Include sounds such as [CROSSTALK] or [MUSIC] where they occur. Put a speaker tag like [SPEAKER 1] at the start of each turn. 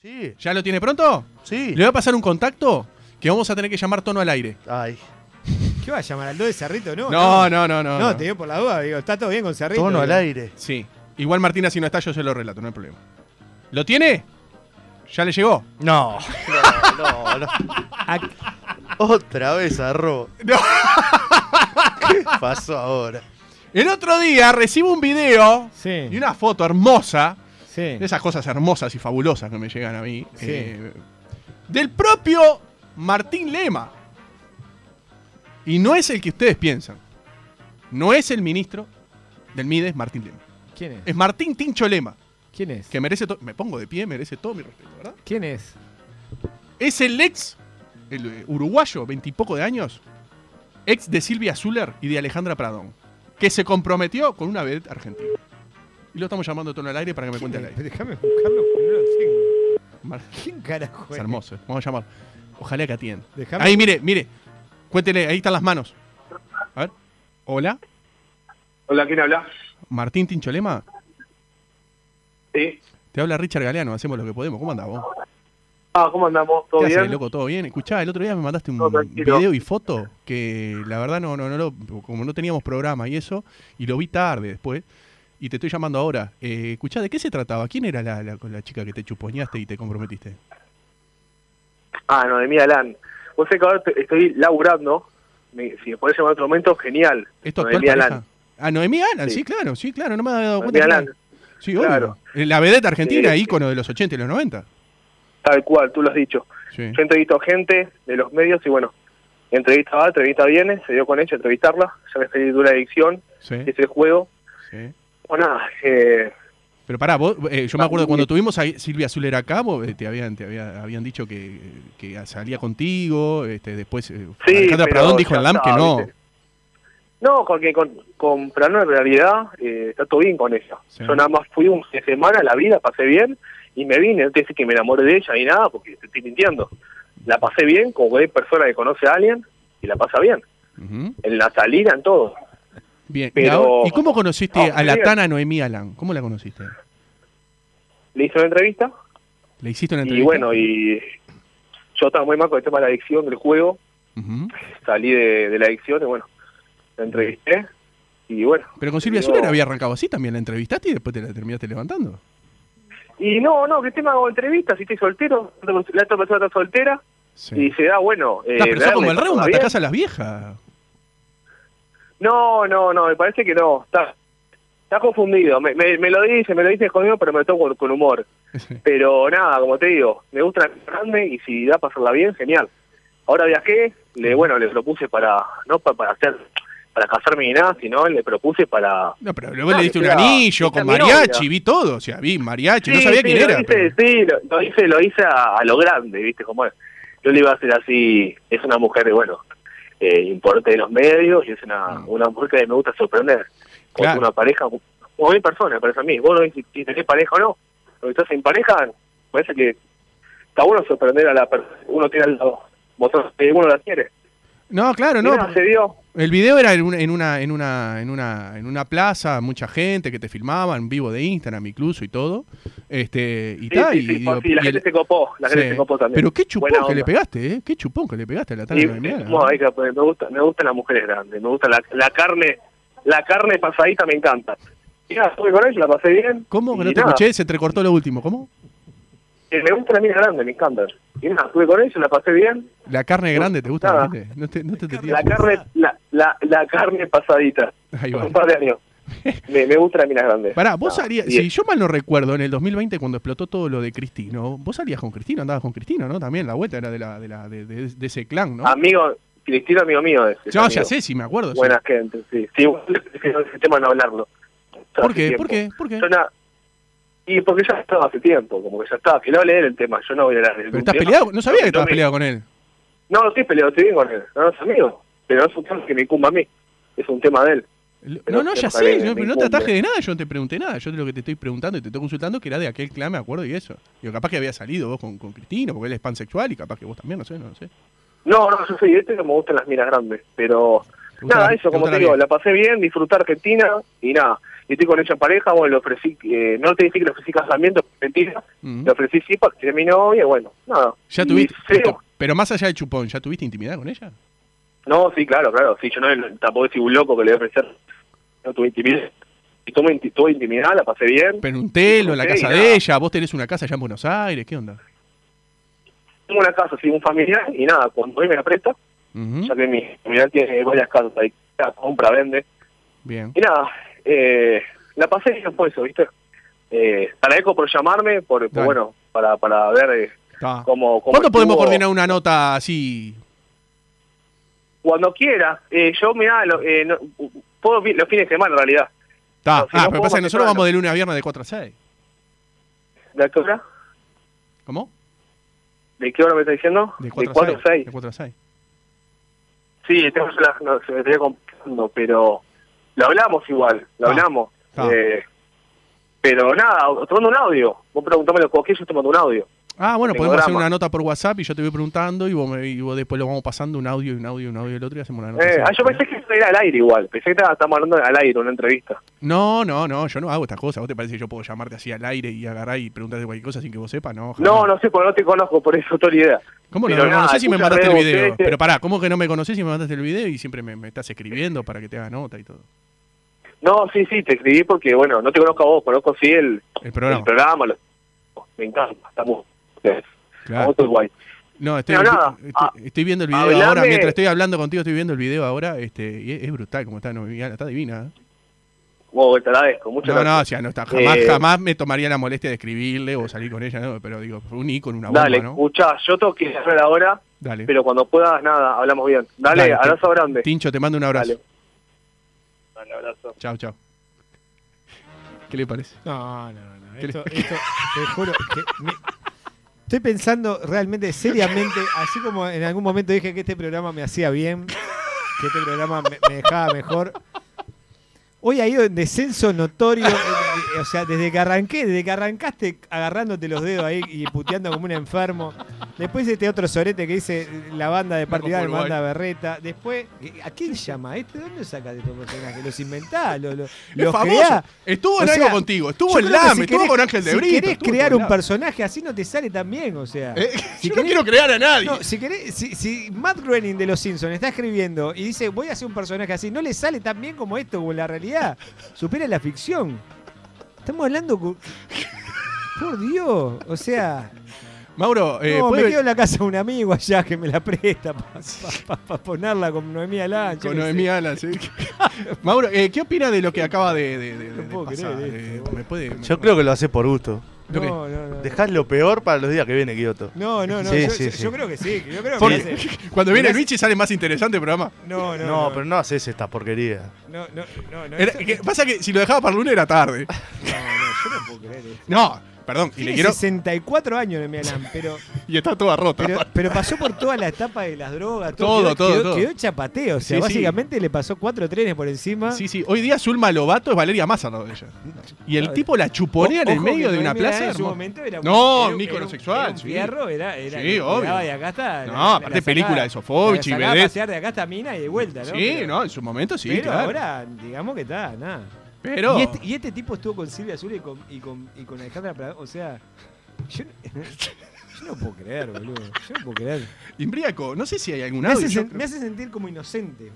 [SPEAKER 1] Sí,
[SPEAKER 2] ¿Ya lo tiene pronto?
[SPEAKER 1] sí.
[SPEAKER 2] Le voy a pasar un contacto que vamos a tener que llamar tono al aire.
[SPEAKER 1] Ay,
[SPEAKER 3] ¿Qué va a llamar al 2 de Cerrito? No,
[SPEAKER 2] No, no,
[SPEAKER 3] no.
[SPEAKER 2] no, no.
[SPEAKER 3] No,
[SPEAKER 2] no.
[SPEAKER 3] te digo por la duda, digo, está todo bien con Cerrito.
[SPEAKER 1] tono
[SPEAKER 3] digo.
[SPEAKER 1] al aire.
[SPEAKER 2] Sí. Igual Martina, si no está, yo se lo relato, no hay problema. ¿Lo tiene? ¿Ya le llegó?
[SPEAKER 1] No. No, no, no. Otra vez arroba.
[SPEAKER 2] No.
[SPEAKER 1] [LAUGHS] ¿Qué pasó ahora?
[SPEAKER 2] El otro día recibo un video
[SPEAKER 3] Sí.
[SPEAKER 2] y una foto hermosa,
[SPEAKER 3] Sí.
[SPEAKER 2] de esas cosas hermosas y fabulosas que me llegan a mí,
[SPEAKER 3] Sí.
[SPEAKER 2] eh, del propio Martín Lema. Y no es el que ustedes piensan. No es el ministro del Mides, Martín Lema.
[SPEAKER 3] ¿Quién es?
[SPEAKER 2] Es Martín Tincho Lema,
[SPEAKER 3] ¿Quién es?
[SPEAKER 2] que merece todo. Me pongo de pie, merece todo mi respeto, ¿verdad?
[SPEAKER 3] ¿Quién es?
[SPEAKER 2] Es el ex, el eh, uruguayo, veintipoco de años, ex de Silvia Zuller y de Alejandra Pradón, que se comprometió con una vedette argentina. Y lo estamos llamando todo al aire para que me cuente al
[SPEAKER 3] ¿Quién es?
[SPEAKER 2] aire.
[SPEAKER 3] Déjame buscarlo porque no lo tengo.
[SPEAKER 2] Mar-
[SPEAKER 3] ¿Quién carajo
[SPEAKER 2] Es
[SPEAKER 3] es?
[SPEAKER 2] hermoso, eh. vamos a llamar. Ojalá que atienda.
[SPEAKER 3] Déjame.
[SPEAKER 2] Ahí, mire, mire. Cuéntele, ahí están las manos. A ver. Hola,
[SPEAKER 4] Hola, ¿quién habla?
[SPEAKER 2] Martín Tincholema.
[SPEAKER 4] Sí.
[SPEAKER 2] Te habla Richard Galeano, hacemos lo que podemos. ¿Cómo andás vos?
[SPEAKER 4] Ah, ¿cómo andamos? ¿Todo
[SPEAKER 2] ¿Qué haces,
[SPEAKER 4] bien?
[SPEAKER 2] loco? ¿Todo bien? Escuchá, el otro día me mandaste un
[SPEAKER 4] Todo tranquilo.
[SPEAKER 2] video y foto que la verdad no, no, no, lo- como no teníamos programa y eso, y lo vi tarde después, y te estoy llamando ahora. Eh, escuchá, ¿de qué se trataba? ¿Quién era la, la- la chica que te chupoñaste y te comprometiste?
[SPEAKER 4] Ah, no, de mí, Alan. Vos sé que ahora te- estoy laburando. Me- si me podés llamar en otro momento, genial.
[SPEAKER 2] ¿Esto
[SPEAKER 4] No,
[SPEAKER 2] actual
[SPEAKER 4] Noemí
[SPEAKER 2] pareja?
[SPEAKER 4] Alan.
[SPEAKER 2] Ah, Noemí Alan, sí.
[SPEAKER 4] Sí.
[SPEAKER 2] claro, sí, claro, no me había dado
[SPEAKER 4] Noemí
[SPEAKER 2] cuenta. que era-
[SPEAKER 4] Alan.
[SPEAKER 2] Sí,
[SPEAKER 4] Claro.
[SPEAKER 2] obvio. Eh, La vedette argentina,
[SPEAKER 4] Sí, sí.
[SPEAKER 2] ícono de los 80 y los 90.
[SPEAKER 4] Tal cual, tú lo has dicho.
[SPEAKER 2] Sí.
[SPEAKER 4] Yo entrevisto a gente de los medios y bueno, entrevista va, entrevista viene, se dio con ella, entrevistarla. Ya me pedí dura adicción,
[SPEAKER 2] Sí,
[SPEAKER 4] que es el juego.
[SPEAKER 2] sí.
[SPEAKER 4] Bueno, nada, eh,
[SPEAKER 2] Pero pará, vos, eh, yo me acuerdo cuando tuvimos a Silvia Zuller acá, vos, eh, te habían, te había- habían dicho que, que salía contigo, este, después eh,
[SPEAKER 4] sí.
[SPEAKER 2] Alejandra
[SPEAKER 4] pero
[SPEAKER 2] Pradón dijo
[SPEAKER 4] ya
[SPEAKER 2] en LAM que
[SPEAKER 4] está,
[SPEAKER 2] no.
[SPEAKER 4] ¿viste? No, porque con, con Pradón en realidad eh, está todo bien con ella.
[SPEAKER 2] Sí.
[SPEAKER 4] Yo nada más fui un fin de semana a la vida, pasé bien y me vine. No te decir que me enamoré de ella ni nada, porque te estoy mintiendo. La pasé bien, como cualquier persona que conoce a alguien, y la pasa bien.
[SPEAKER 2] Ujú.
[SPEAKER 4] En la salida, en todo.
[SPEAKER 2] Bien, y,
[SPEAKER 4] Pero-
[SPEAKER 2] ahora- ¿y cómo conociste
[SPEAKER 4] No,
[SPEAKER 2] a la
[SPEAKER 4] bien.
[SPEAKER 2] Tana Noemí Alan? ¿Cómo la conociste?
[SPEAKER 4] Le hice una entrevista
[SPEAKER 2] ¿Le hiciste una
[SPEAKER 4] y
[SPEAKER 2] entrevista?
[SPEAKER 4] bueno, y yo estaba muy mal con el tema de la adicción del juego.
[SPEAKER 2] Ujú.
[SPEAKER 4] Salí de, de la adicción y bueno, la entrevisté. Y bueno,
[SPEAKER 2] Pero con Silvia
[SPEAKER 4] Yo-
[SPEAKER 2] Zuller había arrancado así también, la entrevistaste y después te la terminaste levantando.
[SPEAKER 4] y no, no, que tema hago entrevistas, si estoy soltero, la otra persona está soltera
[SPEAKER 2] Sí.
[SPEAKER 4] y se da, bueno... eh,
[SPEAKER 2] Está, pero sos
[SPEAKER 4] darle,
[SPEAKER 2] como el
[SPEAKER 4] está
[SPEAKER 2] reuma,
[SPEAKER 4] todo bien.
[SPEAKER 2] atacás a las viejas. [LAUGHS]
[SPEAKER 4] No, no, no, me parece que no, está, está confundido, me, me, me lo dice, me lo dice conmigo, pero me lo tomo con, con humor. Pero nada, como te digo, me gusta grande y si da pasarla bien, genial. Ahora viajé, le bueno, le propuse para, no pa- para hacer, para casarme ni nada, sino le propuse para...
[SPEAKER 2] No, pero luego
[SPEAKER 4] No,
[SPEAKER 2] le diste un
[SPEAKER 4] era-
[SPEAKER 2] anillo
[SPEAKER 4] era
[SPEAKER 2] con
[SPEAKER 4] mi
[SPEAKER 2] mariachi,
[SPEAKER 4] novia.
[SPEAKER 2] vi todo, o sea, vi mariachi, no
[SPEAKER 4] Sí,
[SPEAKER 2] sabía
[SPEAKER 4] sí,
[SPEAKER 2] quién
[SPEAKER 4] lo
[SPEAKER 2] era.
[SPEAKER 4] hice,
[SPEAKER 2] pero-
[SPEAKER 4] Sí, lo, lo hice, lo hice a, a lo grande, ¿viste? Como es. Yo le iba a hacer así, es una mujer, bueno, eh, importe de los medios y es una,
[SPEAKER 2] Mm.
[SPEAKER 4] una mujer que me gusta sorprender. Con
[SPEAKER 2] Claro.
[SPEAKER 4] una pareja, como mil personas, parece a mí. Vos no ves si, si tenés pareja o no, pero si estás en pareja, parece que está bueno sorprender a la persona. Uno tiene al lado, vos sos- eh, uno la quiere.
[SPEAKER 2] No, claro,
[SPEAKER 4] Y
[SPEAKER 2] no.
[SPEAKER 4] nada, se dio.
[SPEAKER 2] El video era en una, en una, en una, en una, en una plaza, mucha gente que te filmaba en vivo de Instagram incluso y todo. Este, y
[SPEAKER 4] Sí,
[SPEAKER 2] tal,
[SPEAKER 4] sí,
[SPEAKER 2] y
[SPEAKER 4] sí,
[SPEAKER 2] digo,
[SPEAKER 4] fue así, la
[SPEAKER 2] y
[SPEAKER 4] gente
[SPEAKER 2] el-
[SPEAKER 4] se copó, la gente
[SPEAKER 2] sí.
[SPEAKER 4] se copó también.
[SPEAKER 2] Pero qué chupón
[SPEAKER 4] Buena
[SPEAKER 2] que le
[SPEAKER 4] onda.
[SPEAKER 2] pegaste, ¿eh? Qué chupón que le pegaste a la ¿eh? tana
[SPEAKER 4] Y-
[SPEAKER 2] de Miana,
[SPEAKER 4] no, hay que- me, gusta, me gustan las mujeres grandes, me gusta la, la carne, la carne pasadita me encanta. Y nada, estuve con ella, la pasé bien.
[SPEAKER 2] ¿Cómo? Que
[SPEAKER 4] y
[SPEAKER 2] no te
[SPEAKER 4] nada,
[SPEAKER 2] escuché, se entrecortó lo último. ¿Cómo?
[SPEAKER 4] eh, Me gusta la mina grande, me encanta. Y nada, estuve con ella, la pasé bien.
[SPEAKER 2] La carne grande, ¿te gusta?
[SPEAKER 4] Nada.
[SPEAKER 2] ¿Viste? No te, no te entendí.
[SPEAKER 4] La carne, la, la, la carne pasadita.
[SPEAKER 2] Ahí
[SPEAKER 4] [LAUGHS]
[SPEAKER 2] va.
[SPEAKER 4] Un par de
[SPEAKER 2] [LAUGHS]
[SPEAKER 4] años. Me, me gusta la mina grande.
[SPEAKER 2] Pará, vos
[SPEAKER 4] Nada,
[SPEAKER 2] harías,
[SPEAKER 4] bien.
[SPEAKER 2] si yo mal no recuerdo, en el 2020 cuando explotó todo lo de Cristino, vos salías con Cristino, andabas con Cristino, ¿no? También la vuelta era de, la, de, la, de, de- de ese clan, ¿no?
[SPEAKER 4] Amigo, Cristina, amigo mío. Es, es
[SPEAKER 2] No,
[SPEAKER 4] Ah, amigo.
[SPEAKER 2] ya sé, si me acuerdo. sí.
[SPEAKER 4] Buena gente, sí. Sí, igual [LAUGHS] prefiero ese tema no hablarlo. Ya
[SPEAKER 2] ¿Por
[SPEAKER 4] hace
[SPEAKER 2] qué?
[SPEAKER 4] tiempo.
[SPEAKER 2] ¿Por qué? ¿Por qué?
[SPEAKER 4] Yo na- Y porque ya estaba hace tiempo, como que ya estaba, que no leer el tema, yo no voy a leer el
[SPEAKER 2] Pero estás peleado, no sabía que estabas peleado con él.
[SPEAKER 4] No, estoy peleado, estoy bien con él, no, no es amigo, pero es un tema que me incumba a mí, es un tema de él.
[SPEAKER 2] No,
[SPEAKER 4] Pero
[SPEAKER 2] no,
[SPEAKER 4] te
[SPEAKER 2] ya
[SPEAKER 4] paré,
[SPEAKER 2] sé, no,
[SPEAKER 4] me
[SPEAKER 2] pero no te
[SPEAKER 4] incumbe.
[SPEAKER 2] atajes de nada, yo no te pregunté nada, yo lo que te estoy preguntando y te estoy consultando que era de aquel clan, me acuerdo, y eso. Digo, capaz que había salido vos con, con Cristino, porque él es pansexual y capaz que vos también, no sé, no sé.
[SPEAKER 4] No, no, yo soy este que me gustan las minas grandes, pero
[SPEAKER 2] Te gusta
[SPEAKER 4] nada,
[SPEAKER 2] la-
[SPEAKER 4] eso,
[SPEAKER 2] te
[SPEAKER 4] como
[SPEAKER 2] gusta
[SPEAKER 4] te
[SPEAKER 2] la
[SPEAKER 4] digo,
[SPEAKER 2] vida.
[SPEAKER 4] la pasé bien, disfruté Argentina y nada. y estoy con ella en pareja, bueno, le ofrecí, eh, no te dije que le ofrecí casamiento, mentira,
[SPEAKER 2] Ujú.
[SPEAKER 4] le ofrecí sí porque era mi novia, bueno, nada.
[SPEAKER 2] ¿Mm? ¿Ya
[SPEAKER 4] Y
[SPEAKER 2] tuviste,
[SPEAKER 4] feo.
[SPEAKER 2] pero, pero más allá de chupón, ¿ya tuviste intimidad con ella?
[SPEAKER 4] No, sí, claro, claro, sí, yo no, tampoco soy un loco que le voy a ofrecer, no tuve intimidad, y tuve, inti- tuve intimidad, la pasé bien,
[SPEAKER 2] Pero en un telo, en la
[SPEAKER 4] Sí,
[SPEAKER 2] casa
[SPEAKER 4] nada.
[SPEAKER 2] de ella, vos tenés una casa allá en Buenos Aires, ¿qué onda?
[SPEAKER 4] tengo una casa, sí, un familiar, y nada, cuando él me la presta,
[SPEAKER 2] Ujú,
[SPEAKER 4] ya que mi familiar tiene varias casas ahí, ya compra, vende,
[SPEAKER 2] Bien.
[SPEAKER 4] Y nada, eh, la pasé bien por eso, ¿viste? Eh, agradezco por llamarme, por, por,
[SPEAKER 2] Dale.
[SPEAKER 4] bueno, para, para ver eh,
[SPEAKER 2] Está.
[SPEAKER 4] cómo, cómo
[SPEAKER 2] ¿Cuándo podemos
[SPEAKER 4] estuvo.
[SPEAKER 2] coordinar una nota así?
[SPEAKER 4] Cuando quiera. Eh, yo, mirá, lo- eh, no- puedo vi- los fines de semana, en realidad.
[SPEAKER 2] Está.
[SPEAKER 4] No, si
[SPEAKER 2] ah,
[SPEAKER 4] no
[SPEAKER 2] pero
[SPEAKER 4] puedo
[SPEAKER 2] pasa que nosotros
[SPEAKER 4] contestar,
[SPEAKER 2] vamos de lunes a viernes de 4 a 6.
[SPEAKER 4] ¿De qué hora?
[SPEAKER 2] ¿Cómo?
[SPEAKER 4] ¿De qué hora me está diciendo?
[SPEAKER 2] De 4
[SPEAKER 4] cuatro
[SPEAKER 2] a 6.
[SPEAKER 4] a seis.
[SPEAKER 2] De 4 a 6.
[SPEAKER 4] Sí, tengo la, no, se me estaría complicando, pero lo hablamos igual, lo
[SPEAKER 2] Ah,
[SPEAKER 4] hablamos.
[SPEAKER 2] está.
[SPEAKER 4] Eh, pero nada, te mando un audio. Vos preguntame los coquillos, yo te mando un audio.
[SPEAKER 2] Ah, bueno,
[SPEAKER 4] Tengo
[SPEAKER 2] podemos hacer
[SPEAKER 4] drama.
[SPEAKER 2] una nota por WhatsApp y yo te voy preguntando y vos, me- y vos después lo vamos pasando un audio, y un audio, y un audio y el otro y hacemos una nota. así.
[SPEAKER 4] Eh, ah, yo pensé que esto era al aire igual. Pensé que estaba- estábamos hablando al aire, una entrevista.
[SPEAKER 2] Ah. No, no, no, yo no hago estas cosas. ¿Vos te parece que yo puedo llamarte así al aire y agarrar y preguntarte cualquier cosa sin que vos sepas? No, jamás.
[SPEAKER 4] No, no sé, porque no te conozco, por eso no ni idea.
[SPEAKER 2] ¿Cómo no? no
[SPEAKER 4] Pero
[SPEAKER 2] me
[SPEAKER 4] nada,
[SPEAKER 2] conocés si me
[SPEAKER 4] escúchame,
[SPEAKER 2] mandaste el
[SPEAKER 4] vos
[SPEAKER 2] video.
[SPEAKER 4] tenés que-
[SPEAKER 2] Pero pará, ¿cómo que no me conocés si me mandaste el video y siempre me, me estás escribiendo para que te haga nota y todo?
[SPEAKER 4] No, sí, sí, te escribí porque, bueno, no te conozco a vos, conozco sí el,
[SPEAKER 2] El programa.
[SPEAKER 4] el programa. lo- me encanta, estamos.
[SPEAKER 2] Claro.
[SPEAKER 4] Otro guay.
[SPEAKER 2] No, estoy,
[SPEAKER 4] Pero
[SPEAKER 2] estoy-
[SPEAKER 4] nada,
[SPEAKER 2] estoy,
[SPEAKER 4] ah,
[SPEAKER 2] estoy viendo el video
[SPEAKER 4] hablame.
[SPEAKER 2] ahora. Mientras estoy hablando contigo, estoy viendo el video ahora. Este, y es, es brutal como está. No, mira, está divina. ¿eh?
[SPEAKER 4] Vos, te agradezco,
[SPEAKER 2] No,
[SPEAKER 4] muchas
[SPEAKER 2] no, o
[SPEAKER 4] gracias.
[SPEAKER 2] sea, no está. Jamás,
[SPEAKER 4] Eh,
[SPEAKER 2] jamás me tomaría la molestia de escribirle o salir con ella, no, pero digo, un icono, una bomba,
[SPEAKER 4] Dale,
[SPEAKER 2] ¿no?
[SPEAKER 4] escuchá, yo tengo que cerrar ahora,
[SPEAKER 2] Dale.
[SPEAKER 4] pero cuando puedas, nada, hablamos bien. Dale,
[SPEAKER 2] Dale,
[SPEAKER 4] abrazo
[SPEAKER 2] te-
[SPEAKER 4] grande.
[SPEAKER 2] Tincho, te mando un abrazo.
[SPEAKER 4] Dale. Dale, abrazo.
[SPEAKER 2] Chao, chao. ¿Qué le parece?
[SPEAKER 3] No, no, no.
[SPEAKER 2] ¿Qué le-
[SPEAKER 3] Esto, esto, te juro que me- Estoy pensando realmente, seriamente, así como en algún momento dije que este programa me hacía bien, que este programa me, me dejaba mejor. Hoy ha ido en descenso notorio, eh, eh, o sea, desde que arranqué, desde que arrancaste agarrándote los dedos ahí y puteando como un enfermo. Después este otro sorete que dice eh, la banda de partidario, la
[SPEAKER 2] Uruguay.
[SPEAKER 3] banda berreta. Después, ¿a quién llama este? ¿Dónde sacas estos personajes? ¿Los inventás? ¿Los, los, los creás?
[SPEAKER 2] Estuvo
[SPEAKER 3] O
[SPEAKER 2] en algo
[SPEAKER 3] sea,
[SPEAKER 2] contigo,
[SPEAKER 3] Yo
[SPEAKER 2] estuvo en
[SPEAKER 3] creo que
[SPEAKER 2] LAM,
[SPEAKER 3] si
[SPEAKER 2] estuvo
[SPEAKER 3] querés-
[SPEAKER 2] con Ángel de
[SPEAKER 3] Si
[SPEAKER 2] Brito.
[SPEAKER 3] querés
[SPEAKER 2] estuvo en
[SPEAKER 3] crear un
[SPEAKER 2] LAM.
[SPEAKER 3] personaje así no te sale tan bien, o sea.
[SPEAKER 2] Eh,
[SPEAKER 3] si
[SPEAKER 2] yo no
[SPEAKER 3] querés-
[SPEAKER 2] quiero crear a nadie.
[SPEAKER 3] No, si querés, si, si Matt Groening de Los Simpsons está escribiendo y dice voy a hacer un personaje así, no le sale tan bien como esto, como la realidad. Supera la ficción. Estamos
[SPEAKER 2] [LAUGHS]
[SPEAKER 3] hablando con- Por Dios, o sea,
[SPEAKER 2] Mauro, eh,
[SPEAKER 3] no, me
[SPEAKER 2] ¿puede-
[SPEAKER 3] quedo en la casa de un amigo allá que me la presta para ponerla con Noemí Alán. yo
[SPEAKER 2] Con
[SPEAKER 3] qué sé.
[SPEAKER 2] Noemí Alas, sí. [LAUGHS] Mauro, eh, ¿qué opina de lo que acaba de, de- de- de
[SPEAKER 3] puedo
[SPEAKER 2] pasar?
[SPEAKER 3] creer esto,
[SPEAKER 2] Eh,
[SPEAKER 3] boludo.
[SPEAKER 2] ¿me puede-
[SPEAKER 1] Yo creo que lo hace por gusto.
[SPEAKER 2] ¿Lo qué?
[SPEAKER 3] No, no, no.
[SPEAKER 1] Dejás lo peor para los días que viene, Kioto.
[SPEAKER 3] No, no, no.
[SPEAKER 1] Sí,
[SPEAKER 3] yo,
[SPEAKER 1] sí,
[SPEAKER 3] yo-
[SPEAKER 1] sí.
[SPEAKER 3] yo creo que sí. Yo creo
[SPEAKER 2] [LAUGHS]
[SPEAKER 3] que
[SPEAKER 2] Porque-
[SPEAKER 3] me hace-
[SPEAKER 2] cuando viene
[SPEAKER 3] me
[SPEAKER 2] el
[SPEAKER 3] hace-
[SPEAKER 2] bichi sale más interesante el programa. [LAUGHS]
[SPEAKER 3] No, no,
[SPEAKER 1] No, pero no haces estas porquerías.
[SPEAKER 3] No, no, no, no.
[SPEAKER 2] Era-
[SPEAKER 3] eso-
[SPEAKER 2] que- pasa que si lo dejaba para el lunes era tarde.
[SPEAKER 3] No, no, yo no puedo creer eso.
[SPEAKER 2] No, perdón, y
[SPEAKER 3] Tiene
[SPEAKER 2] le quiero.
[SPEAKER 3] 64 años de Mialán, pero,
[SPEAKER 2] Y está toda rota. [LAUGHS]
[SPEAKER 3] pero, pero pasó por toda la etapa de las drogas,
[SPEAKER 2] Todo,
[SPEAKER 3] quedó,
[SPEAKER 2] todo,
[SPEAKER 3] quedó,
[SPEAKER 2] todo.
[SPEAKER 3] quedó chapateo. O sea,
[SPEAKER 2] Sí, sí.
[SPEAKER 3] básicamente le pasó cuatro trenes por encima.
[SPEAKER 2] Sí, sí, hoy día Zulma Lobato es Valeria Massa al lado de ella. Y el
[SPEAKER 3] Claro.
[SPEAKER 2] tipo la chuponea en el
[SPEAKER 3] Ojo que
[SPEAKER 2] medio de una
[SPEAKER 3] Noemí Alán
[SPEAKER 2] plaza.
[SPEAKER 3] En su
[SPEAKER 2] hermoso.
[SPEAKER 3] momento era
[SPEAKER 2] No,
[SPEAKER 3] un
[SPEAKER 2] un ícono
[SPEAKER 3] era
[SPEAKER 2] sexual,
[SPEAKER 3] Era un
[SPEAKER 2] sí.
[SPEAKER 3] fierro, era. era
[SPEAKER 2] Sí,
[SPEAKER 3] le- le
[SPEAKER 2] obvio.
[SPEAKER 3] daba de acá hasta.
[SPEAKER 2] No,
[SPEAKER 3] la- la
[SPEAKER 2] aparte
[SPEAKER 3] sacaba-
[SPEAKER 2] película de Sofovich y
[SPEAKER 3] la sacaba a
[SPEAKER 2] Vedette.
[SPEAKER 3] pasear de acá hasta Mina y de vuelta, ¿no?
[SPEAKER 2] Sí,
[SPEAKER 3] Pero-
[SPEAKER 2] no, en su momento sí,
[SPEAKER 3] Pero
[SPEAKER 2] claro.
[SPEAKER 3] ahora, digamos que está, nada.
[SPEAKER 2] Pero.
[SPEAKER 3] Y, este, y este tipo estuvo con Silvia Azul y con, y con, y con Alejandra Prado. O sea, yo, no- [LAUGHS] yo no puedo creer, boludo. Yo no puedo creer.
[SPEAKER 2] Imbriaco, no sé si hay algún
[SPEAKER 3] Me hace,
[SPEAKER 2] audio. yo
[SPEAKER 3] sen- me hace sentir como inocente.